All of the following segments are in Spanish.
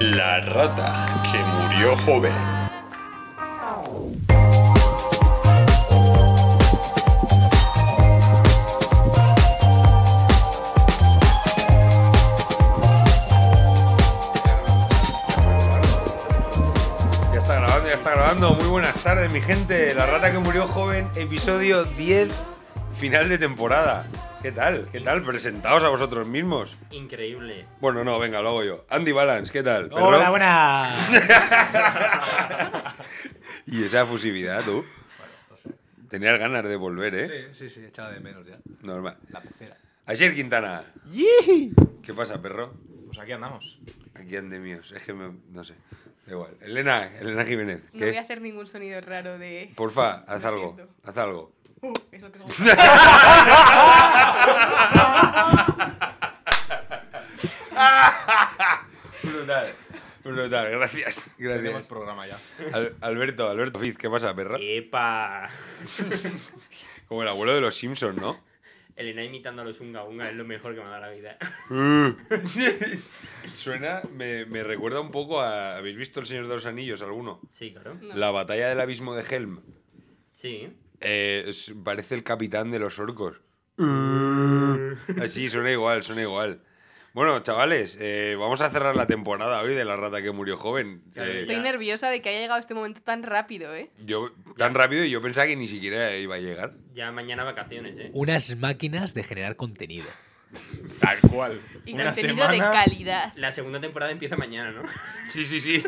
La rata que murió joven. Ya está grabando, ya está grabando. Muy buenas tardes, mi gente. La rata que murió joven, episodio 10, final de temporada. ¿Qué tal? ¿Qué tal? Presentaos a vosotros mismos. Increíble. Bueno, no, venga, lo hago yo. Andy Balance, ¿qué tal? Hola, Perro. buenas. Y esa fusividad, tú. Tenías ganas de volver, ¿eh? Sí, sí, sí, echaba de menos ya. Normal. La pecera. Ayer Quintana. ¿Qué pasa, perro? Pues aquí andamos. Aquí ande míos. Es que me- no sé. Da igual. Elena, Elena Jiménez. No voy a ¿Qué? hacer ningún sonido raro de. Porfa, haz Lo algo. siento. Haz algo. Uh, eso que es Brutal. Brutal. Gracias. Tenemos Gracias. programa ya. Al- Alberto, Alberto Fiz, ¿qué pasa, perra? Eh. ¡Epa! Como el abuelo de los Simpsons, ¿no? Elena imitando a los Unga Unga es lo mejor que me ha dado la vida. Suena, me, me recuerda un poco a. ¿Habéis visto El Señor de los Anillos alguno? Sí, claro. No. La batalla del abismo de Helm. Sí. Eh, es- parece el capitán de los orcos. Así, suena igual, suena igual. Bueno, chavales, eh, vamos a cerrar la temporada hoy de La Rata que murió joven. Claro, Eh, Estoy Ya. nerviosa de que haya llegado este momento tan rápido, ¿eh? yo, tan rápido, yo pensaba que ni siquiera iba a llegar. Ya mañana vacaciones, ¿eh? Unas máquinas de generar contenido. Tal cual. Y Una contenido de semana- calidad. La segunda temporada empieza mañana, ¿no? Sí, sí, sí.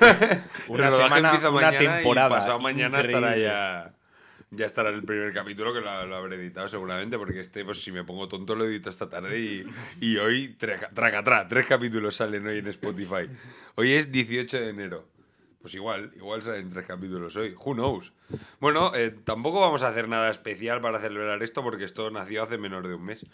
Una El rodaje semana, empieza una mañana temporada. Y pasado mañana estará Increíble. ya. Ya estará el primer capítulo que lo, lo habré editado seguramente, porque este, pues si me pongo tonto, lo edito esta tarde y, y hoy, traca- tracatrá, tres capítulos salen hoy en Spotify. Hoy es 18 de enero. Pues igual, igual salen tres capítulos hoy. Who knows? Bueno, eh, tampoco vamos a hacer nada especial para celebrar esto, porque esto nació hace menos de un mes.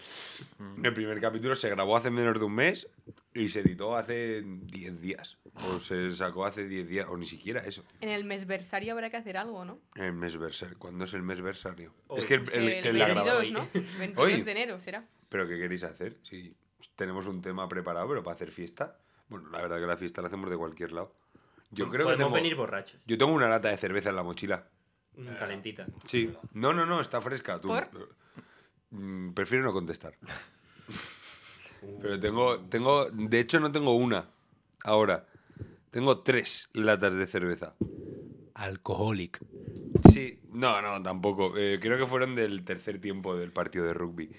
El primer capítulo se grabó hace menos de un mes y se editó hace 10 días. O se sacó hace 10 días, o ni siquiera eso. En el mesversario habrá que hacer algo, ¿no? El mes versario. ¿Cuándo es el mes versario? Hoy. Es que el, el- El el- la grabada- 22, hoy. ¿no? 22 Hoy. de enero será. ¿Pero qué queréis hacer? Si tenemos un tema preparado, pero para hacer fiesta. Bueno, la verdad que la fiesta la hacemos de cualquier lado. Yo creo que Podemos tengo, venir borrachos. yo tengo una lata de cerveza en la mochila. Mm, Calentita. Sí. No, no, no, está fresca. Tú. ¿Por? Mm, Prefiero no contestar. Pero tengo, tengo, de hecho no tengo una ahora. Tengo tres latas de cerveza. Alcoholic. Sí, no, no, tampoco. Eh, creo que fueron del tercer tiempo del partido de rugby.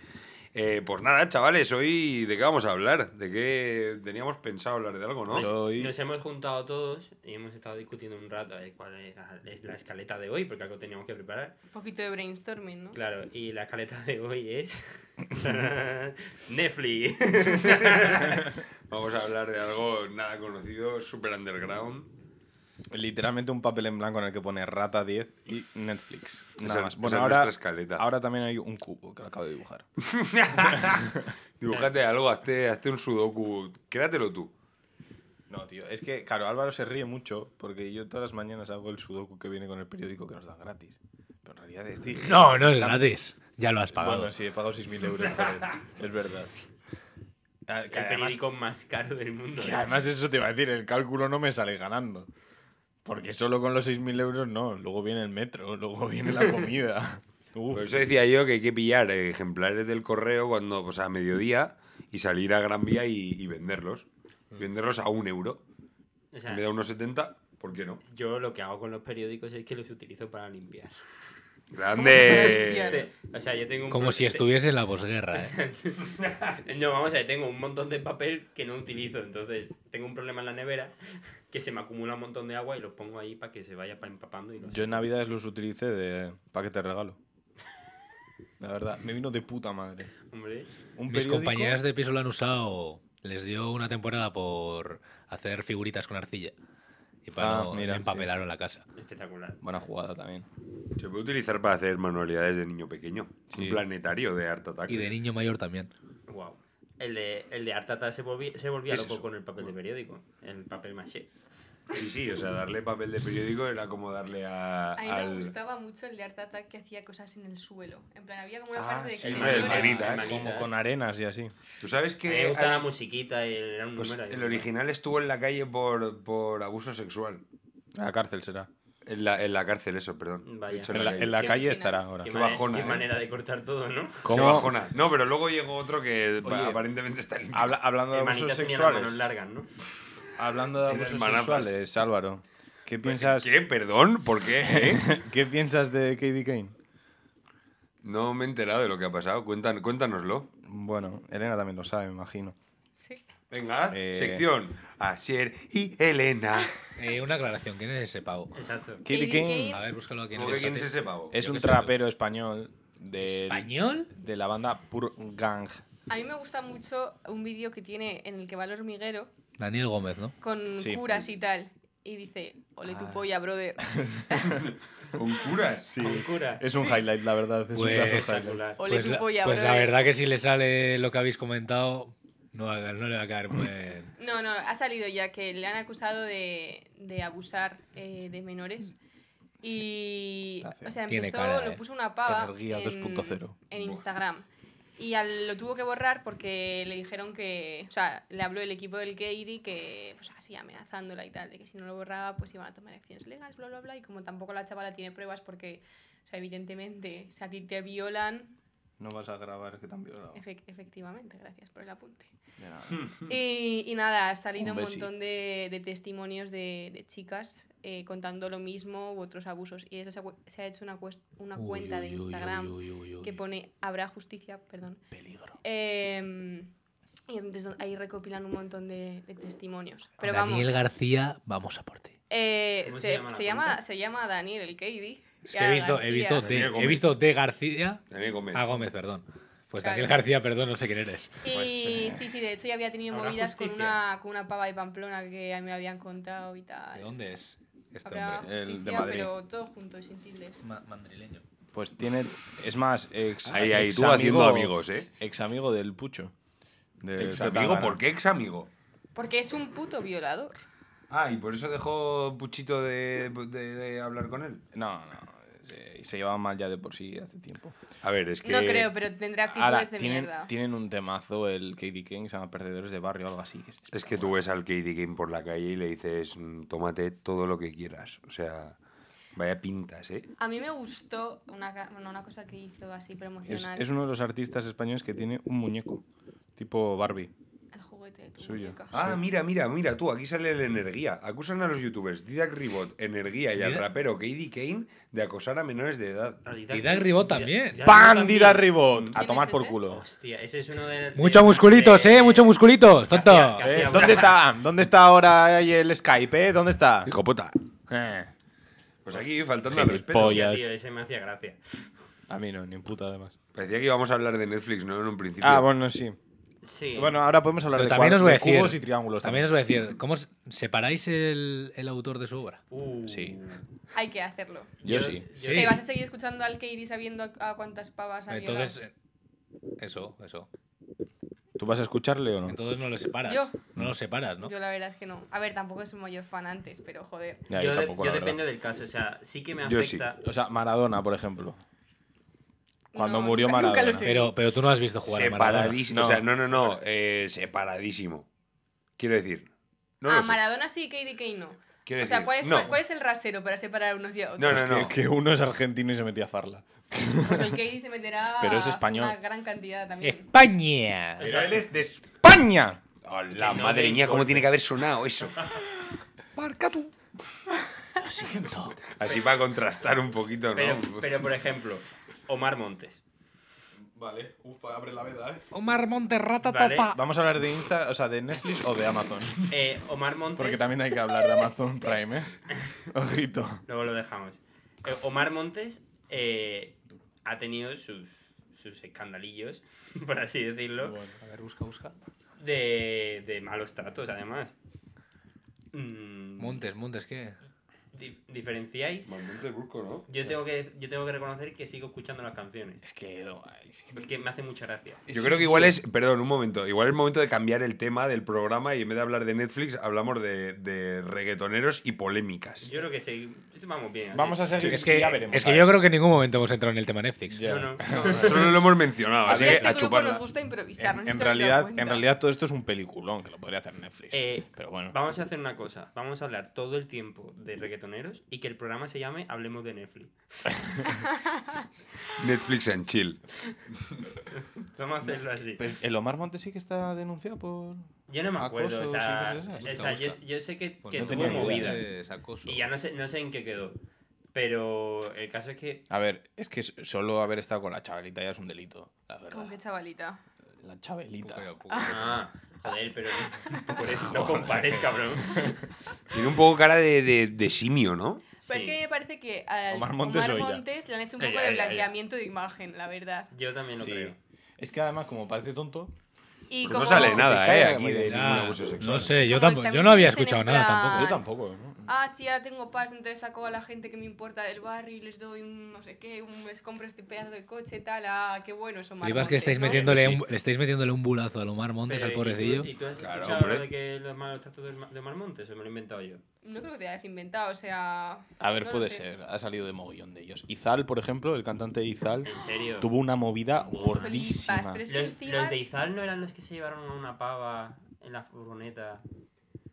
Eh, pues nada, chavales, hoy de qué vamos a hablar? ¿De qué teníamos pensado hablar de algo, no? Nos, Soy- nos hemos juntado todos y hemos estado discutiendo un rato de cuál es la, es la escaleta de hoy, porque algo teníamos que preparar. Un poquito de brainstorming, ¿no? Claro, y la escaleta de hoy es. Netflix. Vamos a hablar de algo nada conocido, super underground. Literalmente un papel en blanco en el que pone Rata 10 y Netflix. Nada Esa- más. esa Bueno, es ahora, nuestra escaleta. ahora también hay un cubo que lo acabo de dibujar. Dibújate algo, hazte, hazte un sudoku, créatelo tú. No, tío, es que, claro, Álvaro se ríe mucho porque yo todas las mañanas hago el sudoku que viene con el periódico que nos dan gratis. Pero en realidad es dije- No, no es gratis. Ya lo has pagado. Bueno, sí, he pagado 6.000 euros por él. Es verdad. Ah, El que además- periódico más caro del mundo. Que además eso te iba a decir, el cálculo no me sale ganando. Porque solo con los 6.000 euros no, luego viene el metro, luego viene la comida. Uf. Por eso decía yo que hay que pillar eh, ejemplares del correo cuando, o sea, a mediodía y salir a Gran Vía y, y venderlos. Venderlos a un euro. O sea, En vez de a unos 70, ¿por qué no? Yo lo que hago con los periódicos es que los utilizo para limpiar. ¡Grande! O sea, yo tengo un Como pro- si estuviese en la posguerra. ¿eh? No, vamos a ver, tengo un montón de papel que no utilizo, entonces tengo un problema en la nevera que se me acumula un montón de agua y los pongo ahí para que se vaya pa- empapando y los... Yo en Navidades los utilicé de paquete de regalo. La verdad, me vino de puta madre. Hombre, Un Mis periódico- compañeras de piso lo han usado. Les dio una temporada por hacer figuritas con arcilla. Y para Ah, no mira, empapelaron la casa. espectacular. Buena jugada también. Se puede utilizar para hacer manualidades de niño pequeño. Sí. Un planetario de Art Attack. Y de niño mayor también. Wow. El de, el de Artata se volvía, se volvía ¿Qué es loco eso? con el papel de periódico, el papel maché. Sí, sí, o sea, darle papel de periódico era como darle a, A mí me al... gustaba mucho el de Art Attack que hacía cosas en el suelo. En plan, había como una Ah, parte de sí, el exteriores. manita. Manitas. ¿eh? Como con arenas y así. ¿Tú sabes Que me que gusta la al- musiquita y era un pues, número. ahí. el original estuvo en la calle por, por abuso sexual? A la cárcel será. En la, en la cárcel, eso, perdón. Vaya. Dicho En la, calle. en la Qué calle original. estará ahora. Qué, Qué mane- bajona, qué eh. manera de cortar todo, ¿no? Qué ¿Cómo? bajona. No, pero luego llegó otro que pa- aparentemente está limpio. Habla- hablando de El abusos manita tenía las sexuales. manos largas, ¿no? Hablando de Era abusos hermanazas. sexuales, Álvaro. ¿Qué piensas, ¿Qué? ¿Perdón? ¿Por qué? eh? ¿Qué piensas de Katie Kane? No me he enterado de lo que ha pasado. Cuentan, cuéntanoslo. Bueno, Elena también lo sabe, me imagino. Sí. Venga, Eh. sección. Asier y Elena. Eh, una aclaración, ¿quién es ese pavo? Exacto. Katie Katy Kane Kane. A ver, búscalo aquí en ¿Cómo que el ¿Quién es chat. ese pavo? es Yo un qué sé, trapero español de, ¿Español? de la banda Pur Gang. A mí me gusta mucho un vídeo que tiene en el que va el hormiguero Daniel Gómez, ¿no? con Sí. curas y tal. Y dice, ole Ah. tu polla, brother. ¿Con curas? Con cura. Es un highlight, la verdad. Es Pues- un pedazo de highlight. Espectacular. Ole eh. Pues tu la, polla, pues la brother. verdad que si le sale lo que habéis comentado, no, va a- no le va a caer buen... No, no, ha salido ya que le han acusado de, de abusar eh, de menores. Y, Está feo. o sea, Tiene empezó, cara, eh. lo puso una pava Energía en, 2.0. en Buah. Instagram. Y al- lo tuvo que borrar porque le dijeron que, o sea, le habló el equipo del Katie que, pues así, amenazándola y tal, de que si no lo borraba, pues iban a tomar acciones legales, bla, bla, bla. Y como tampoco la chavala tiene pruebas porque, o sea, evidentemente, si a ti te violan, No vas a grabar que te han violado. efe- efectivamente, gracias por el apunte. De nada. Y, y nada, ha salido Un un, besi. montón de, de testimonios de, de chicas eh, contando lo mismo u otros abusos. Y eso se ha, cu- se ha hecho una, cuest- una Uy, cuenta de uy, uy, Instagram uy, uy, uy, que uy. pone Habrá justicia, perdón. Peligro. Eh, y entonces do- ahí recopilan un montón de, de testimonios. Pero Daniel vamos, García, vamos a por ti. eh, ¿Cómo se, se llama la se llama, cuenta? se llama Daniel el KD. Es que he visto, he visto, Daniel de, he Gómez. visto de García Daniel Gómez. a Gómez, perdón. Pues Claro. Daniel García, perdón, no sé quién eres. Y Pues, eh, sí, sí, de hecho ya había tenido habrá movidas con justicia. una, con una pava de Pamplona que a mí me habían contado y tal. ¿De dónde es este Habrá hombre? El de justicia, Madrid. pero todo junto y sin tildes. Ma- mandrileño. Pues tiene. Es más, ex. Ahí, ahí, tú examigo- haciendo amigos, ¿eh? Ex amigo del Pucho. De ¿Ex amigo? Zetangana. ¿Por qué ex amigo? Porque es un puto violador. Ah, y por eso dejó Puchito de, de- de hablar con él. No, no. Se, se llevaban mal ya de por sí hace tiempo. A ver, es que. No creo, pero tendrá actitudes Ahora, de tienen, mierda. tienen un temazo, el KD King, que se llama Perdedores de Barrio o algo así. que es- Es que tú ves al KD Game por la calle y le dices, "Mm, tómate todo lo que quieras. O sea, vaya pintas, ¿eh? A mí me gustó una, ca- bueno, una cosa que hizo así es, promocional. es uno de los artistas españoles que tiene un muñeco, tipo Barbie. El juguete de tu Suyo. muñeca. Ah, mira, mira, mira, tú, aquí sale la energía. Acusan a los youtubers Didac Ribot, Energía y al Didac- rapero KD Kane de acosar a menores de edad. Didac Ribot también. ¡Bandida Ribot! A ¿Quién tomar es por ese? culo. Hostia, ese es uno de. Muchos de- musculitos, de- eh, muchos musculitos, que tonto. hacía- que Eh, hacía ¿Dónde una- está? ¿Dónde está ahora ahí el Skype, eh? ¿Dónde está? Hijo puta. Eh, Pues aquí, faltando al respeto. Hostia, Gilipollas. pollas. tío, ese me hacía gracia. A mí no, ni en puta además. Parecía que íbamos a hablar de Netflix, ¿no? En un principio. Ah, bueno, sí. Sí. Bueno, ahora podemos hablar Pero de, también cuad- os voy a de decir, cubos y triángulos. También También, os voy a decir, ¿cómo os- separáis el, el autor de su obra? Uh, Sí. Hay que hacerlo. Yo sí. Sí. ¿Te vas a seguir escuchando al Katie sabiendo a, a cuántas pavas ha Entonces, violado? eh, eso, eso. ¿Tú vas a escucharle o no? Entonces no lo separas. Yo. No lo separas, ¿no? Yo la verdad es que no. A ver, tampoco soy mayor fan antes, pero joder. Ya, yo yo de- tampoco, yo la verdad. depende del caso, o sea, sí que me Yo sí. afecta. O sea, Maradona, por ejemplo. Cuando No, murió nunca- nunca Maradona. lo sé. Pero, pero tú no has visto jugar a Maradona. Separadísimo. No. O sea, no, no, no. eh, separadísimo. Quiero decir. No lo ah, sé. Maradona sí, Katie Kane no. Quiero o sea, decir, ¿cuál es, no. ¿cuál es el rasero para separar unos y a otros? No, no, Que, no. que uno es argentino y se metía a farla. Pues el Katie se meterá Pero es español. una gran cantidad Eh, también. España. O sea, es de España. Oh, la Que no madre deis mía, cómo golpes. tiene que haber sonado eso. Parca tú. Lo siento. Así para contrastar un poquito, ¿no? pero, pero, por ejemplo, Omar Montes. Vale, ufa, abre la veda, eh. Omar Monterrata Vale. Tata. Vamos a hablar de Insta, o sea, de Netflix o de Amazon. Eh, Omar Montes. Porque también hay que hablar de Amazon Prime, eh. Ojito. Luego lo dejamos. Eh, Omar Montes eh, ha tenido sus, sus escandalillos, por así decirlo, A ver, busca, busca. de, de malos tratos, además. Mm, Montes, Montes, ¿qué? dif- diferenciáis. Manuel del Burco, ¿no? Yo tengo, que, yo tengo que reconocer que sigo escuchando las canciones. Es que, no, ay, es que- Es que me hace mucha gracia. Yo creo que igual es, perdón, un momento, igual es el momento de cambiar el tema del programa y en vez de hablar de Netflix hablamos de, de reggaetoneros y polémicas. Yo creo que sí. Vamos bien. así. Vamos a seguir. Es que, ya veremos. es que a yo ver. creo que en ningún momento hemos entrado en el tema Netflix. Ya. No, no. Solo lo hemos mencionado, Es así que que a este Eh, a grupo chuparla. nos gusta improvisar. En, no sé en si os habéis dado realidad, cuenta. en realidad todo esto es un peliculón que lo podría hacer Netflix. Eh, pero bueno. Vamos a hacer una cosa. Vamos a hablar todo el tiempo de reggaetoneros y que el programa se llame Hablemos de Netflix. Netflix and chill. Vamos a hacerlo así. Pero el Omar Montes sí que está denunciado por. Yo no me acuerdo. Pues, Acoso, o sea, sí, pues cosas esas. o sea, yo, Busca, yo sé que, que Pues no tuvo tenía ni idea. movidas. Y ya no sé, no sé en qué quedó. Pero el caso es que A ver, es que solo haber estado con la chavalita ya es un delito, la verdad. Con qué chavalita. La chavalita. Ah, joder, pero por eso no compares, cabrón. Tiene un poco cara de, de- de simio, ¿no? Pero es Sí, que me parece que al Omar Montes o ella. Montes le han hecho un Ella, poco ella, de ella. blanqueamiento de imagen, la verdad. Yo también lo Sí. creo. Es que además, como parece tonto, Y Pues no como- sale nada, Te ¿eh? cae Aquí muy de bien. ningún abuso sexual. no sé, yo Como tampoco. también Yo no había dicen en escuchado nada plan- tampoco. yo Ah. tampoco. ¿no? Ah, sí, ahora tengo paz, entonces saco a la gente que me importa del barrio y les doy un no sé qué, un, les compro este pedazo de coche, tal, ah, qué bueno son Flipas que estáis ¿no? metiéndole, Sí. un, le estáis metiéndole un bulazo al Omar Montes, Pero, al ¿y tú- pobrecillo. ¿Y tú has Claro, escuchado hombre. lo de que los malos tratos de, de Omar Montes? ¿O me lo he inventado yo? No creo que te hayas inventado, o sea... A ver, no lo puede sé. ser. Ha salido de mogollón de ellos. Izal, por ejemplo, el cantante Izal, ¿En serio? tuvo una movida gordísima. Flipas, pero es que Los, encima... los de Izal no eran los que se llevaron a una pava en la furgoneta.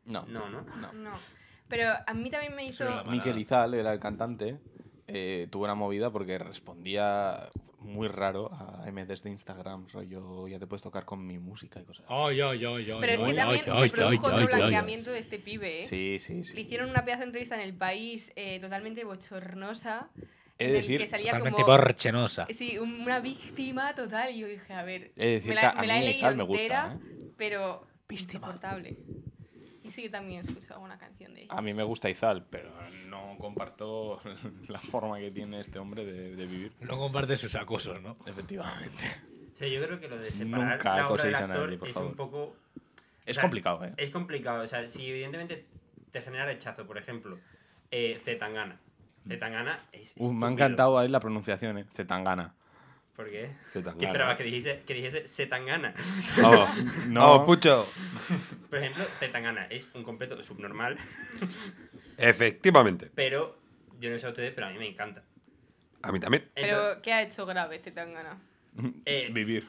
No, No, ¿no? No, pero a mí también me hizo... Sobre la mano. Miquel Izal era el cantante. eh, tuvo una movida porque respondía muy raro a MDs de Instagram, rollo, ya te puedes tocar con mi música y cosas así. Ay, ay, ay, ay, Pero es que ay, también ay, ay, se produjo ay, otro ay, blanqueamiento de este pibe, ¿eh? Sí, sí, Le sí. hicieron una pedazo de entrevista en El País eh, totalmente bochornosa. He en de el que decir, salía Totalmente como, porchenosa. Sí, un- una víctima total. Y yo dije, a ver, he de decir me que la, a me la mí he leído Izal me entera, gusta. ¿eh? pero insoportable. Y sí, yo también escucho alguna canción de ella. A mí me gusta Izal, pero no comparto la forma que tiene este hombre de, de vivir. No comparte sus acosos, ¿no? Efectivamente. O sea, yo creo que lo de separar la obra Nunca del acoséis a nadie, actor por es favor. un poco... Es sea, complicado, ¿eh? Es complicado. O sea, si evidentemente te genera rechazo, por ejemplo, eh, Zetangana. Zetangana es Mm. Uh, me ha estúpido. encantado ahí la pronunciación, ¿eh? Zetangana. ¿Por qué? Zetangana. Yo esperaba que dijese, que dijese Zetangana. No. Oh, pucho. Por ejemplo, Zetangana es un completo subnormal, Efectivamente. pero yo no sé a ustedes, pero a mí me encanta. A mí también. Entonces- Pero, ¿qué ha hecho grave este te tan ganas? Eh, Vivir.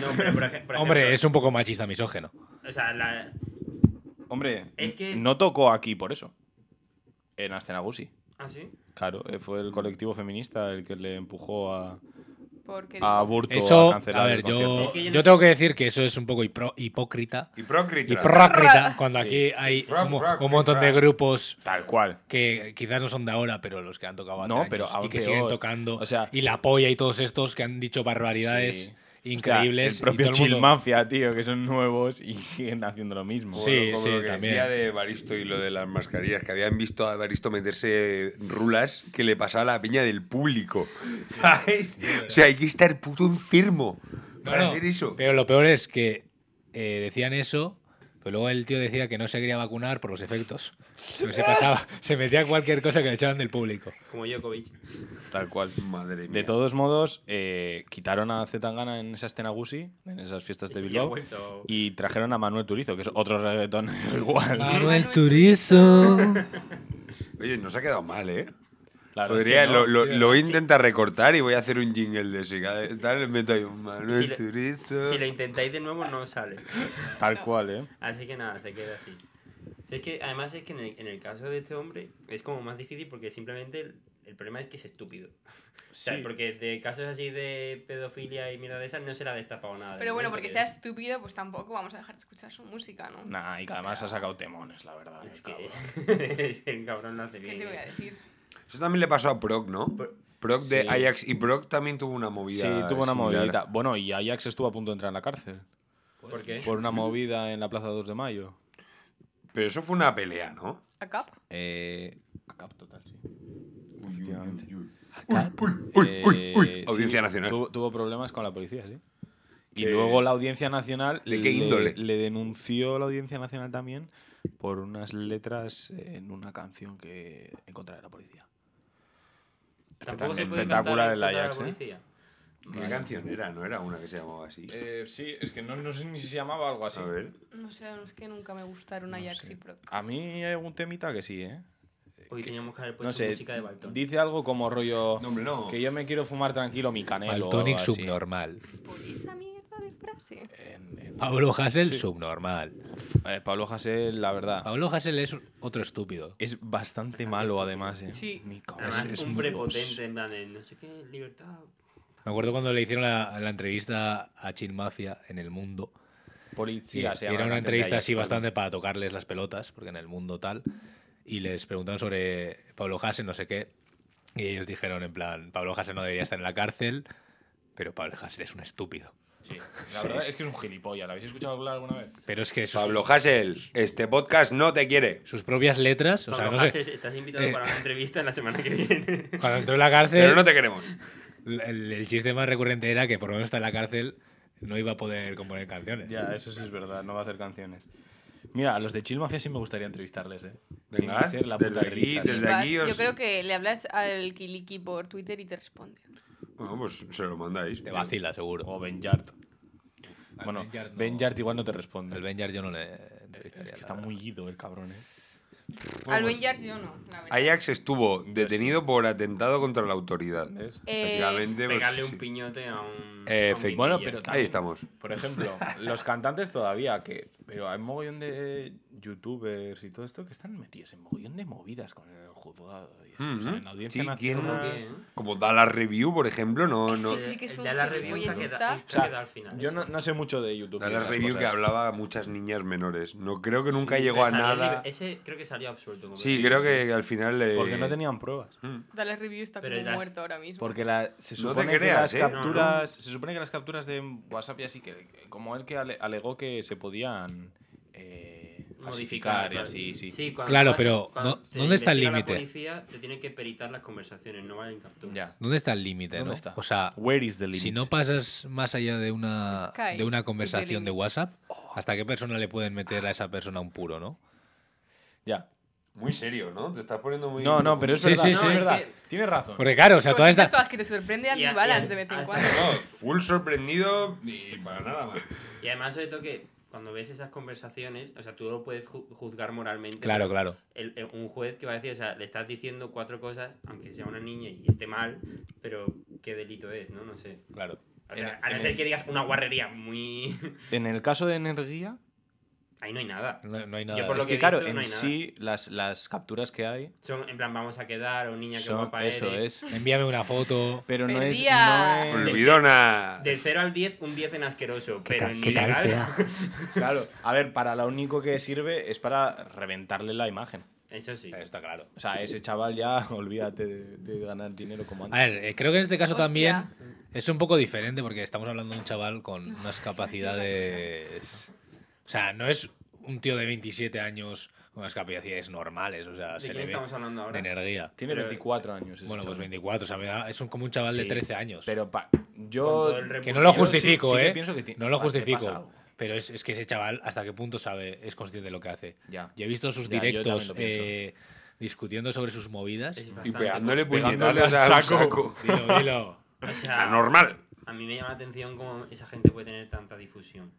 no, pero por, ej- por ejemplo... Hombre, es un poco machista misógeno. O sea, la... Hombre, Es que- no tocó aquí por eso. En Astenagusi. ¿Ah, sí? Claro, eh, fue el colectivo feminista el que le empujó a, Porque a Burto Eso, a a cancelar ver, el yo, concierto. Es que yo no yo sé- tengo que decir que eso es un poco hipro- hipócrita. Y Prócrita. Hipócrita, cuando Sí, aquí hay Rock, un, mo- rock, un montón de rock. grupos Tal cual. que quizás no son de ahora, pero los que han tocado hace No, pero años y aún que peor. siguen tocando. O sea- y la polla y todos estos que han dicho barbaridades Sí. increíbles. Hostia, el y propio todo Chill mundo- Mafia, tío, que son nuevos y siguen haciendo lo mismo. Como Sí. lo- como lo que también. decía de Baristo y lo de las mascarillas, que habían visto a Baristo meterse rulas que le pasaba a la piña del público. ¿Sabes? o sea, hay que estar puto enfermo No, para no, hacer eso. Pero lo peor es que eh, decían eso, pero luego el tío decía que no se quería vacunar por los efectos. Pero se pasaba, se metía cualquier cosa que le echaban del público. Como Djokovic. Tal cual. Madre mía. De todos modos, eh, quitaron a Zetangana en esa Astenagusi, en esas fiestas de Y ha Bilbao. vuelto- Y trajeron a Manuel Turizo, que es otro reggaetón igual. Manuel Turizo. Oye, nos ha quedado mal, ¿eh? La verdad es que Podría, no. lo, lo- Sí, lo voy a intentar recortar y voy a hacer un jingle de eso. y cada- Tal, le meto ahí un Manuel Si le- Turizo. Si lo intentáis de nuevo, no sale. Tal cual, ¿eh? Así que nada, se queda así. Es que además es que en el, en el caso de este hombre es como más difícil porque simplemente el, el problema es que es estúpido. O sea, porque de casos así de pedofilia y mierda de esas no se le ha destapado nada. de Pero bueno, momento, porque Eh. sea que- estúpido, pues tampoco vamos a dejar de escuchar su música, ¿no? Nah, y que además ha sacado temones, la verdad. Es el cabrón. que el cabrón no hace ¿Qué bien. te voy a decir? Eso también le pasó a Proc, ¿no? Proc de Sí. Ajax. Y Proc también tuvo una movida. Sí, tuvo una similar. movidita. Bueno, y Ajax estuvo a punto de entrar en la cárcel. ¿Por qué? Por una movida en la Plaza 2 de Mayo. Pero eso fue una pelea, ¿no? ¿A cap? Eh. A cap total, sí. Efectivamente. Uy, uy, uy. Eh, Audiencia Nacional. Tuvo, tuvo problemas con la policía, sí. Y Eh, luego la Audiencia Nacional ¿de qué le- índole? le denunció la Audiencia Nacional también por unas letras en una canción que encontrará la policía. Tampoco se Espectac- puede espectacular cantar el contra la Ajax, ¿eh? policía. ¿Qué canción era? ¿No era una que se llamaba así? Eh, sí, es que no, no sé ni si se llamaba algo así. A ver. No sé, es que nunca me gustaron No Ajax sé. y Proc. A mí hay algún temita que sí, ¿eh? Hoy teníamos que haber puesto No sé, Pues música de Baltón. dice algo como rollo No, hombre, no. que yo me quiero fumar tranquilo mi canelo. o Baltonic algo así. subnormal. Por esa mierda de frase. En- en- Pablo Hassel subnormal. eh, Pablo Hasél, la verdad, Pablo Hassel es otro estúpido. es bastante malo además, ¿eh? Sí. Mi cabrón. Además, es un muy- prepotente, en plan de no sé qué, libertad. Me acuerdo cuando le hicieron la, la entrevista a Chin Mafia en El Mundo. Policía, y, se y era llama la una canción de entrevista ayer, así Pablo. bastante para tocarles las pelotas, porque en El Mundo tal. Y les preguntaron sobre Pablo Hassel, no sé qué. Y ellos dijeron en plan, Pablo Hassel no debería estar en la cárcel, pero Pablo Hassel es un estúpido. Sí, la verdad es que es un gilipollas. ¿La habéis escuchado hablar alguna vez? Pero es Eh. que sus, Pablo Hassel, este podcast no te quiere. sus propias letras, o Pablo sea, no Hasél, sé, estás invitado Eh. para una entrevista en la semana que viene. cuando entró en la cárcel... Pero no te queremos. El, el chiste más recurrente era que por lo menos está en la cárcel no iba a poder componer canciones. Ya, eso sí es verdad, no va a hacer canciones. Mira, a los de Chill Mafia sí me gustaría entrevistarles, ¿eh? Tienen Venga, que ser la puta desde aquí, risa, tío. desde- Vas, aquí yo os- creo que le hablas al Kiliki por Twitter y te responde. Bueno, pues se lo mandáis. Te vacila, seguro. O Ben Yard. Al Bueno, Ben Yard no- Ben Yard igual no te responde. El Benjar yo no le entrevistaría. Es que la está verdad. muy ido el cabrón, ¿eh? al Ben Yard yo no, la verdad. Ajax estuvo detenido por atentado contra la autoridad. ¿Ves? Eh, Básicamente, pues, Pegarle un sí. piñote a un. Eh, a un efect- Bueno, guindilla. pero- Ahí estamos. Por ejemplo, los cantantes todavía, que. Pero hay mogollón de youtubers y todo esto que están metidos en mogollón de movidas con el juzgado. Y eso. O sea, en Ujú. audiencia Sí, nacional- ¿Cómo tiene- que, eh? Como da la review, por ejemplo, no. Sí, no sí, que es El un de la gilipollas review que está. da- O que sea, da al final. yo no, no sé mucho de YouTube. Da y la esas review que cosas. hablaba a muchas niñas menores. No creo que nunca Sí, llegó a Pero salió nada. libre- Ese creo que salió absuelto. como Sí, que- creo que al final. eh, Porque no tenían pruebas. Mm. Dale review está Pero como das- muerto ahora mismo. Porque la, se No te supone creas, que ¿eh? las No, no. capturas, se supone que las capturas de WhatsApp y así que como él que ale- alegó que se podían eh, falsificar y claro. así, sí. cuando Claro, vas- pero cuando ¿dó- te dónde está el investiga límite? La policía te tiene que peritar las conversaciones, no valen capturas. Ya. ¿Dónde está el límite? ¿Dónde no? está? O sea, Where is the limit? si no pasas más allá de una, Sky de is una the conversación de limit. WhatsApp, ¿hasta qué persona le pueden meter a esa persona un puro, no? Ya. Muy serio, ¿no? Te estás poniendo muy. No, no, pero es Sí, verdad, sí, es sí. verdad. Es Tienes razón. Porque claro, o sea, toda Cositas esta... todas que te sorprende Y a- Andy y Balance a- de vez en hasta- cuando. No, full sorprendido y para nada más. Y además, sobre todo que cuando ves esas conversaciones, o sea, tú lo puedes ju- juzgar moralmente. Claro, pero claro. el- el- un juez que va a decir, o sea, le estás diciendo cuatro cosas, aunque sea una niña y esté mal, pero qué delito es, ¿no? No sé. Claro. O sea, a no ser que digas una guarrería muy... En el caso de energía, Ahí no hay nada. No, no hay nada. Yo por es lo que que, he claro, visto, en no hay nada. sí las, las capturas que hay Son en plan, vamos a quedar, o niña, que son guapa eso eres. es. Envíame una foto. Pero no es, Perdía. no es- Olvidona. Del 0 al 10, un 10 en asqueroso, pero tal- en qué tal ilegal... Claro, a ver, para lo único que sirve es para reventarle la imagen. Eso sí. Eh, Está claro. O sea, ese chaval ya, olvídate de, de ganar dinero como A antes. ver, eh, creo que en este caso Hostia. también es un poco diferente porque estamos hablando de un chaval con unas capacidades. O sea, no es un tío de 27 años con unas capacidades normales. O sea, ¿De se quién le ve estamos hablando ahora? de energía. Tiene Pero- 24 años. ese Bueno, pues chaval. 24, o sea, me da- es un- como un chaval de Sí, 13 años. Pero pa- Con yo. todo el que repudio, no lo yo sí- justifico, sí que ¿eh? pienso que ti- no lo pa- que pasa justifico. algo. Pero es, es que ese chaval, ¿hasta qué punto sabe, es consciente de lo que hace? Ya. Yo he visto sus Ya, yo también directos lo pienso. eh, discutiendo sobre sus movidas. Es Y bastante- pegándole Pegándole puñetazos al al saco. saco. Dilo, dilo. O sea, Anormal. a mí me llama la atención cómo esa gente puede tener tanta difusión.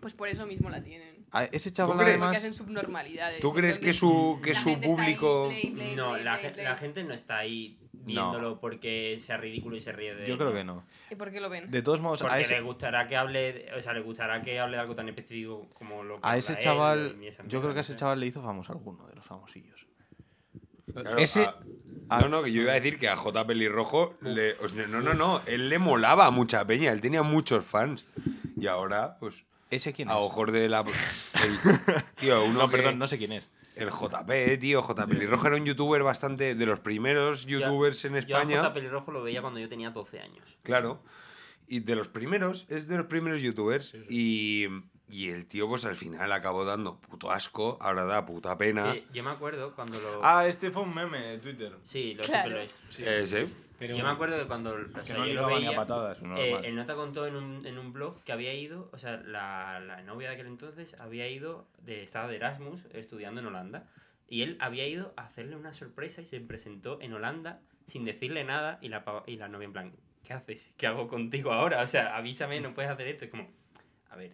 Pues por eso mismo la tienen. Ah, Ese chaval, crees? Porque además. hacen subnormalidades. ¿Tú crees que entonces su, que la su gente está ahí, público. play, play, no, play, la, play, ge- play. la gente no está ahí viéndolo porque sea ridículo y se ríe de él, Yo creo que no. ¿Y por qué lo ven? De todos modos, Porque a le ese, gustará que hable, de- o sea, le gustará que hable de algo tan específico como lo que a habla ese él, chaval. y esa Yo mierda, creo que no a ese sé. chaval le hizo famoso alguno de los famosillos. Claro, Ese- a- No, no, que yo iba a decir que a J. Pelirrojo. Le, o sea, no, no, no. Él le molaba a mucha peña. Él tenía muchos fans. Y ahora, pues. ¿Ese quién es? A ojos de la. pues, el- tío, uno. no, que- perdón, no sé quién es. El JP, tío. J. Pelirrojo era un youtuber bastante. De los primeros Yo- youtubers en Yo a España. J. Pelirrojo lo veía cuando yo tenía 12 años. Claro. Y de los primeros, es de los primeros youtubers. Y, y el tío, pues al final acabó dando puto asco, ahora da puta pena. Que yo me acuerdo cuando lo... Ah, este fue un meme de Twitter. sí, lo Claro. siempre lo es. Eh, sí. Pero- Yo me acuerdo que cuando o Que sea, no yo lo ligaba ni a veía, patadas, no, eh, normal. el Nota contó en un, en un blog que había ido, o sea, la, la novia de aquel entonces había ido, de, estaba de Erasmus estudiando en Holanda, y él había ido a hacerle una sorpresa y se presentó en Holanda sin decirle nada, y la, pava- y la novia en plan, ¿qué haces? ¿Qué hago contigo ahora? O sea, avísame, no puedes hacer esto. Es como, a ver,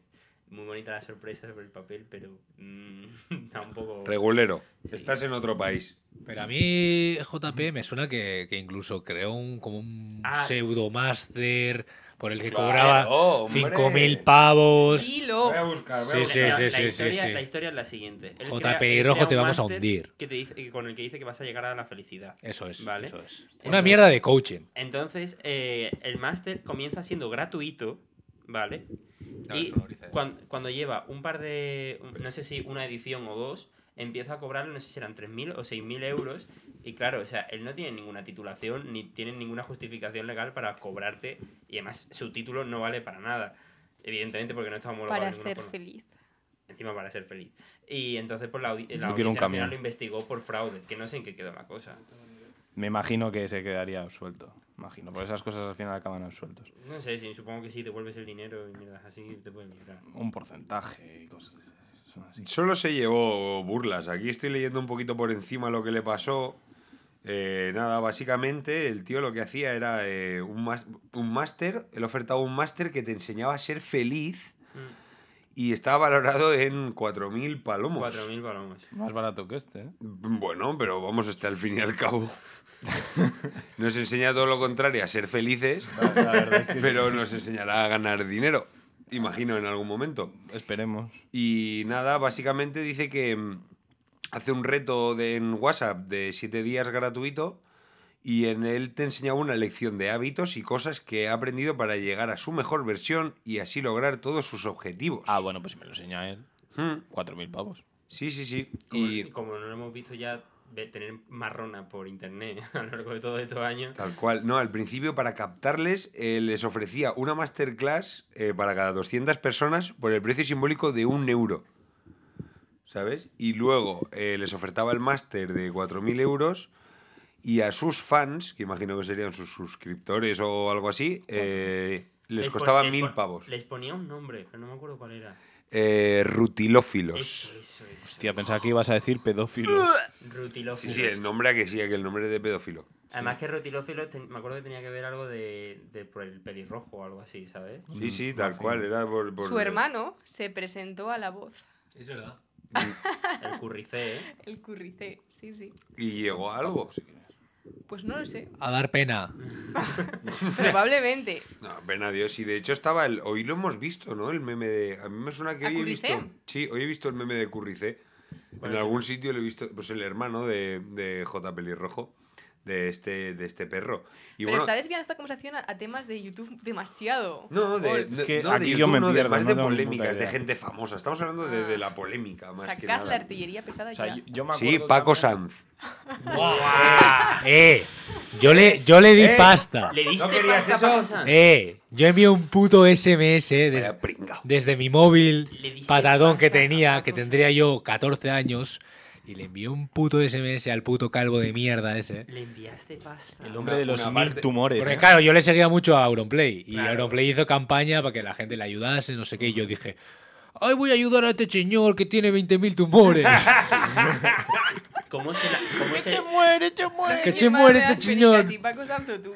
muy bonita la sorpresa sobre el papel, pero mm, da un poco... Regulero. Sí. Estás en otro país. Pero a mí, JP, me suena que, que incluso creó un, como un Ah. pseudo máster por el que Claro, cobraba hombre. 5.000 pavos. Hilo. Voy a buscar, voy a Sí, buscar. sí, Mira, sí, la, sí, sí, historia, sí. la historia es la siguiente. Él J. crea- él Pelirrojo, crea te un vamos a máster hundir. Que te dice, con el que dice que vas a llegar a la felicidad. Eso es. Vale. eso es. Una Entonces- mierda de coaching. Entonces, eh, el máster comienza siendo gratuito, ¿vale? Claro, y sonoriza. cuan- cuando lleva un par de, un- no sé si una edición o dos, empieza a cobrar, no sé si eran 3.000 o 6.000 euros. Y claro, o sea, él no tiene ninguna titulación ni tiene ninguna justificación legal para cobrarte. Y además, su título no vale para nada. Evidentemente, porque no está homologado de Para ninguna ser forma. feliz. Encima para ser feliz. Y entonces pues la, audi- la Yo quiero un camión. audiencia nacional lo investigó por fraude, que no sé en qué quedó la cosa. Me imagino que se quedaría absuelto. Imagino, porque esas cosas al final acaban absueltos. No sé, si supongo que sí, devuelves el dinero y mierdas así te pueden librar. Un porcentaje y cosas de esas, son así. Solo se llevó burlas. Aquí estoy leyendo un poquito por encima lo que le pasó. Eh, nada, básicamente el tío lo que hacía era eh, un mas- un máster, él ofertaba un máster que te enseñaba a ser feliz Mm, y estaba valorado en 4.000 palomos. Mm, 4.000 palomos. Más barato que este, ¿eh? Bueno, pero vamos hasta el fin y al cabo. Nos enseña todo lo contrario a ser felices, pero nos enseñará a ganar dinero, imagino, en algún momento. Esperemos. Y nada, básicamente dice que mm, hace un reto de, en WhatsApp de 7 días gratuito y en él te enseñaba una lección de hábitos y cosas que ha aprendido para llegar a su mejor versión y así lograr todos sus objetivos. Ah, bueno, pues si me lo enseña él. Mm, 4.000 pavos. Sí, sí, sí. Como, Y como no lo hemos visto ya ve- tener marrona por internet a lo largo de todos estos años. tal cual. No, al principio para captarles eh, les ofrecía una masterclass eh, para cada 200 personas por el precio simbólico de un euro. ¿Sabes? Y luego eh, les ofertaba el máster de 4.000 euros y a sus fans, que imagino que serían sus suscriptores o algo así, eh, les pon- costaba les mil pon- pavos. Les ponía un nombre, pero no me acuerdo cuál era. Eh, rutilófilos. Eso, eso, eso. Hostia, pensaba que ibas a decir pedófilos. Sí, Rutilófilos. sí, el nombre a que sí, a que el nombre de pedófilo. Además que rutilófilos, ten- me acuerdo que tenía que ver algo de, de por el pelirrojo o algo así, ¿sabes? Sí, sí, tal cual. Era por, por- Su hermano se presentó a la voz. Es verdad. El curricé, ¿eh? El currité, sí, sí. Y llegó a algo. Pues no lo sé. A dar pena. Probablemente. No, ven a Dios. Y de hecho estaba el. Hoy lo hemos visto, ¿no? El meme de. A mí me suena que ¿A hoy he Curricé? visto. Sí, hoy he visto el meme de Curricé. ¿Cuál En es el- algún sitio lo he visto. Pues el hermano de, de J. Pelirrojo. De este, de este perro. Y Pero bueno. está desviando esta conversación a, a temas de YouTube demasiado. No, de, Es no- que no, de aquí yo YouTube, me no, de- pierdo, más no de tengo ni puta polémicas, de idea. gente famosa. Estamos hablando de, de la polémica, más que Sacad nada. la artillería pesada O sea, ya. yo, yo me acuerdo Sí, Paco también- Sanz. ¡Eh! Yo le, yo le di Eh. pasta. ¿Le diste querías pasta a eso? Paco Sanz? ¡Eh! Yo envié un puto SMS des- Vaya pringao. desde mi móvil Le diste patadón que pasta a tenía, Paco que Sanz. tendría yo 14 años, y le envié un puto SMS al puto calvo de mierda ese. Le enviaste pasta. El hombre Una- de los una mil parte- tumores. Porque ¿eh? claro, yo le seguía mucho a Auronplay y Claro. Auronplay hizo campaña para que la gente le ayudase, no sé qué, y yo dije, ay, voy a ayudar a este señor que tiene 20.000 tumores. ¿Cómo se la, cómo se, que Mi che madre muere las pericas este señor. y Paco Santo tú.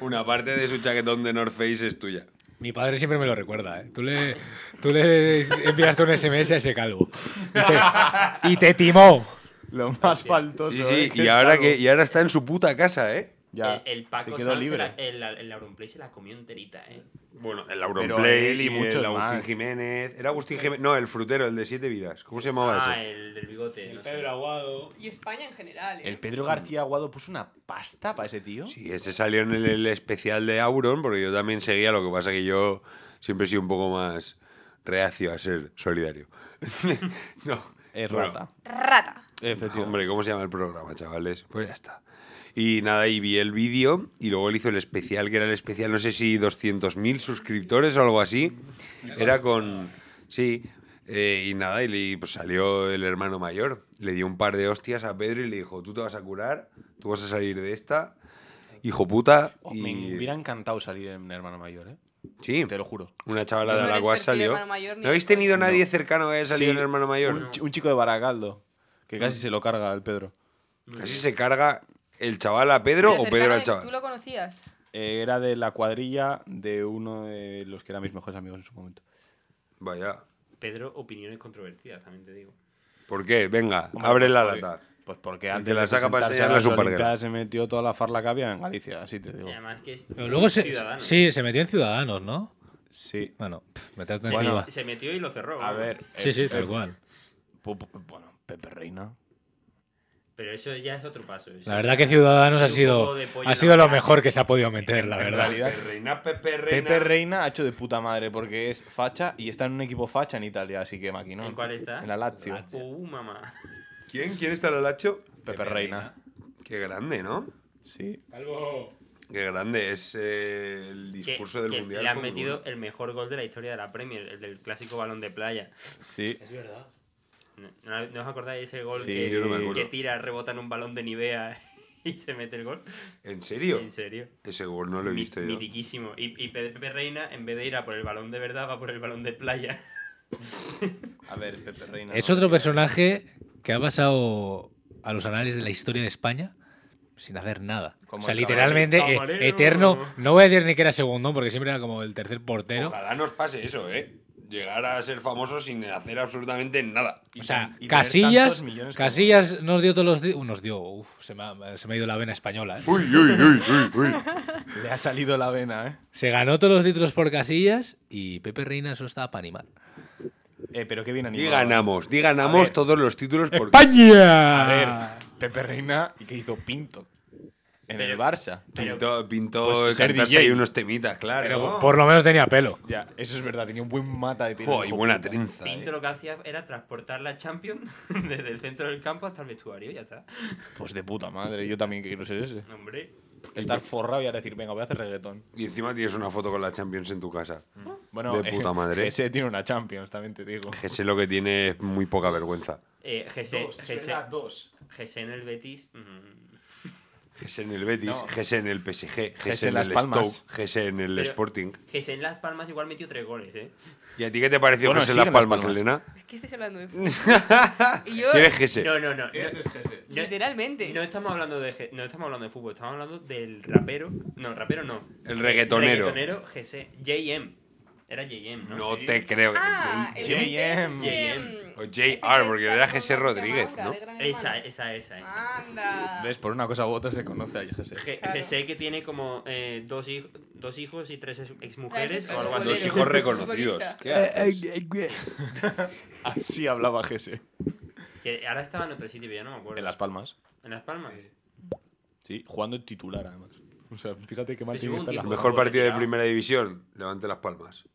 Una parte de su chaquetón de North Face es tuya. Mi padre siempre me lo recuerda, ¿eh? Tú le, tú le enviaste un SMS a ese calvo y te, y te timó. Lo más faltoso. Sí, ¿eh? sí, y ahora, salgo. que, y ahora está en su puta casa, ¿eh? Ya, el, el Paco se quedó Sanz, libre. se la- el, el Auronplay se la comió enterita, ¿eh? Bueno, el Pero Auronplay él y, y muchos el Agustín más. Jiménez. Era Agustín Jiménez. No, el frutero, el de siete vidas. ¿Cómo se llamaba Ah, ese? el del bigote. no sé. Aguado. Y España en general. ¿eh? El Pedro García Aguado puso una pasta para ese tío. Sí, ese salió en el, el especial de Auron, porque yo también seguía, lo que pasa que yo siempre he sido un poco más reacio a ser solidario. no. Es bueno, rata. Rata. Efectivamente. Hombre, ¿cómo se llama el programa, chavales? Pues ya está. Y nada, y vi el vídeo y luego él hizo el especial, que era el especial, no sé si 200.000 suscriptores o algo así. Era con... Sí. eh, y nada, y le- pues salió el hermano mayor. Le dio un par de hostias a Pedro y le dijo, tú te vas a curar, tú vas a salir de esta. hijo puta. Oh, y... Me hubiera encantado salir en hermano mayor, ¿eh? Sí, Te lo juro. una chavala No de les Alagoas percibe salió. hermano mayor ni ¿No de habéis coña. tenido nadie cercano que haya salido Sí, en hermano mayor? Un, chi- un chico de Baracaldo, que casi se lo carga al Pedro. Casi se carga el chaval a Pedro o Pero Pedro cercano al de- ¿Tú chaval. lo conocías? Eh, era de la cuadrilla de uno de los que eran mis mejores amigos en su momento. Vaya. Pedro, opiniones controvertidas, también te digo. ¿Por qué? Venga, abre la porque- lata. Pues porque El antes que la de saca para presentarse enseñar a la las superguerra. Olimpiadas se metió toda la farla que había en Galicia, así te digo. Y además que es Pero luego se, ciudadano. sí, se metió en Ciudadanos, ¿no? Sí. Bueno, pff, meterte en Se, Ciudadanos. se metió y lo cerró. A vamos. ver. Sí, eh, sí, eh, tal cual. pu- pu- Bueno, Pepe Reina. Pero eso ya es otro paso. eso La ya verdad que es Ciudadanos un ha sido, poco de pollo ha en sido la lo boca. mejor que se ha podido meter, la En verdad. realidad, Reina, Pepe Reina. Pepe Reina ha hecho de puta madre porque es facha y está en un equipo facha en Italia, así que maquinón. ¿En cuál está? En la Lazio. Uh, mamá. ¿Quién? ¿Quién está en el Lacho? Pepe Reina. Qué grande, ¿no? Sí. Qué grande es eh, el Que, discurso del que mundial. le han fue muy metido bueno. el mejor gol de la historia de la Premier, el del clásico balón de playa. Sí. Es verdad. ¿No, no- no os acordáis de ese gol Sí, yo no me que, acuerdo. que tira, rebota en un balón de Nivea y se mete el gol? ¿En serio? En serio. Ese gol no lo he Mi- visto yo. Mitiquísimo. Y, y Pepe Reina, en vez de ir a por el balón de verdad, va por el balón de playa. A ver, Pepe Reina. Es no. otro personaje que ha pasado a los anales de la historia de España sin hacer nada. Como o sea, el literalmente camarero. e- Camarero. eterno. No voy a decir ni que era segundo, porque siempre era como el tercer portero. Ojalá nos pase eso, ¿eh? Llegar a ser famoso sin hacer absolutamente nada. O sea, y tener tantos Casillas, millones como- Casillas nos dio todos los días. nos dio. uf, se, me ha, se me ha ido la vena española. ¿eh? Uy, uy, uy, uy, uy. Le ha salido la vena, ¿eh? Se ganó todos los títulos por Casillas y Pepe Reina eso estaba para animar. Eh, pero qué bien Di animado. ganamos, di A ganamos ver. todos los títulos porque ¡España! A ver, Pepe Reina, ¿y qué hizo Pinto? En el Pero- Barça. pintó, pintó Pues ser cantarse DJ. ahí unos temitas, claro. Pero por lo menos tenía pelo. Ya, eso es verdad, tenía un buen mata de Jo, pelo. y hijo buena puta. trenza. Pinto ¿eh? lo que hacía era transportar la Champions desde el centro del campo hasta el vestuario y ya está. Pues de puta madre, yo también quiero ser ese. Hombre. Estar forrado y ahora decir, venga, voy a hacer reggaetón. Y encima tienes una foto con la Champions en tu casa. Bueno, De puta madre. Ese tiene una Champions, también te digo. Ese lo que tiene es muy poca vergüenza. Eh, Jesse, Jesse- dos. Jesse en el Betis. mm, Gese en el Betis, No. Gese en el PSG, Gese Gese en en Las el Palmas. Stoke, Gese en el Pero- Sporting. Jesse en Las Palmas igual metió tres goles, ¿eh? ¿Y a ti qué te pareció Bueno, Gese en sigue Las en Palmas, Las Palmas. Elena? Es que estáis hablando de fútbol. y yo, Si eres Gese. No, no, no. no. No- literalmente. No estamos hablando de Je- no estamos hablando de fútbol, estamos hablando del rapero. No, rapero no. El reggaetonero. Reggaetonero Jesse. JM. Era JM, ¿no? No te creo. Ah, el J- Jesse es JM. este, JM. O mm, JR, ese que porque está era con Jesse García Rodríguez, Maura, ¿no? de Gran Esa, Hermano. esa, esa, esa. Anda. ¿Ves? Por una cosa u otra se conoce a Jesse. Je- Claro. Jesse que tiene como eh, dos, hij- dos hijos y tres ex- Tres exmujeres ex- o algo así. Dos Futbolero. hijos reconocidos. Futbolista. ¿Qué haces? eh. Así hablaba Jesse. Que ahora estaba en otro sitio, pero ya no me acuerdo. En Las Palmas. ¿En Las Palmas. Sí, jugando en titular, además. O sea, fíjate qué mal Pues hubo tiene que un estar la El tipo- mejor partido de primera división, levante las palmas.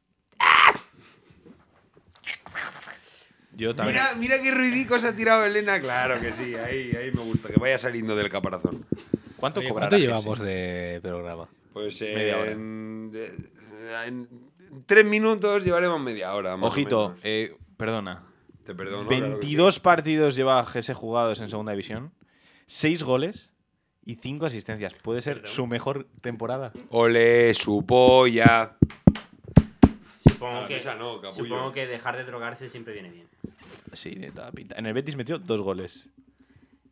Yo también. Mira, mira qué ruidicos ha tirado Elena. Claro que sí, ahí, ahí me gusta, que vaya saliendo del caparazón. ¿Cuánto Oye, cobrará ¿Cuánto Jesse? llevamos de programa? Pues eh, Media hora. En, eh, en tres minutos llevaremos media hora. más o Ojito, menos. eh, perdona. Te perdono. claro que sí. 22 partidos lleva Jesse jugados en segunda división, 6 goles y 5 asistencias. Puede ser Perdón. su mejor temporada. Ole, su polla. A Supongo la que, mesa no, capullo. supongo que dejar de drogarse siempre viene bien. Sí, tiene toda pinta. En el Betis metió 2 goles.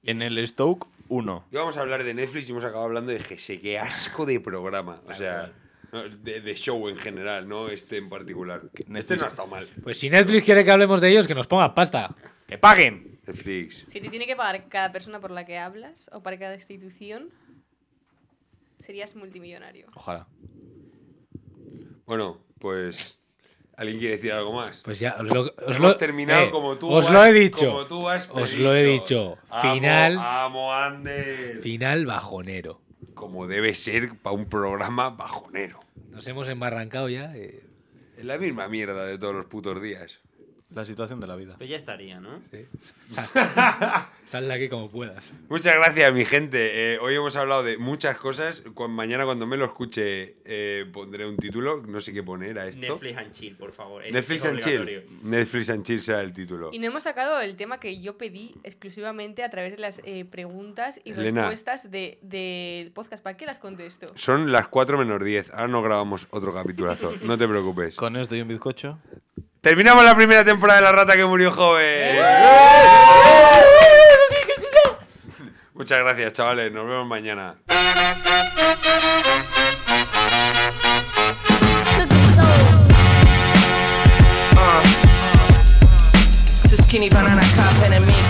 En el Stoke, 1. Íbamos a hablar de Netflix y hemos acabado hablando de GS. Qué asco de programa. O sea, no, de, de show en general, no este en particular. Este Netflix- no ha estado mal. Pues si Netflix quiere que hablemos de ellos, que nos ponga pasta. ¡Que paguen! Netflix. Si te tiene que pagar cada persona por la que hablas o para cada institución, serías multimillonario. Ojalá. Bueno, pues. ¿Alguien quiere decir algo más? Pues ya, os lo, os Hemos lo- terminado eh, como tú Os has- lo he dicho. como tú has os lo he predicho. dicho. Amo, Final, Amo, Ander. final bajonero. Como debe ser para un programa bajonero. Nos hemos embarrancado ya. eh, Es la misma mierda de todos los putos días. La situación de la vida. Pues ya estaría, ¿no? Sí. Sal- Sal de aquí como puedas. Muchas gracias, mi gente. Eh, hoy hemos hablado de muchas cosas. Cu- mañana, cuando me lo escuche, eh, pondré un título. No sé qué poner a esto. Netflix and chill, por favor. Es- Netflix es and Chill. obligatorio. Netflix and Chill será el título. Y no hemos sacado el tema que yo pedí exclusivamente a través de las eh, preguntas y Elena. respuestas de- del podcast. ¿Para qué las contesto? Son las 4 menos 10. Ahora no grabamos otro capitulazo. No te preocupes. Con esto y un bizcocho. Terminamos la primera temporada de La Rata que murió ¡Eh! joven. Muchas gracias, chavales. Nos vemos mañana. It's a skinny banana cup and a mini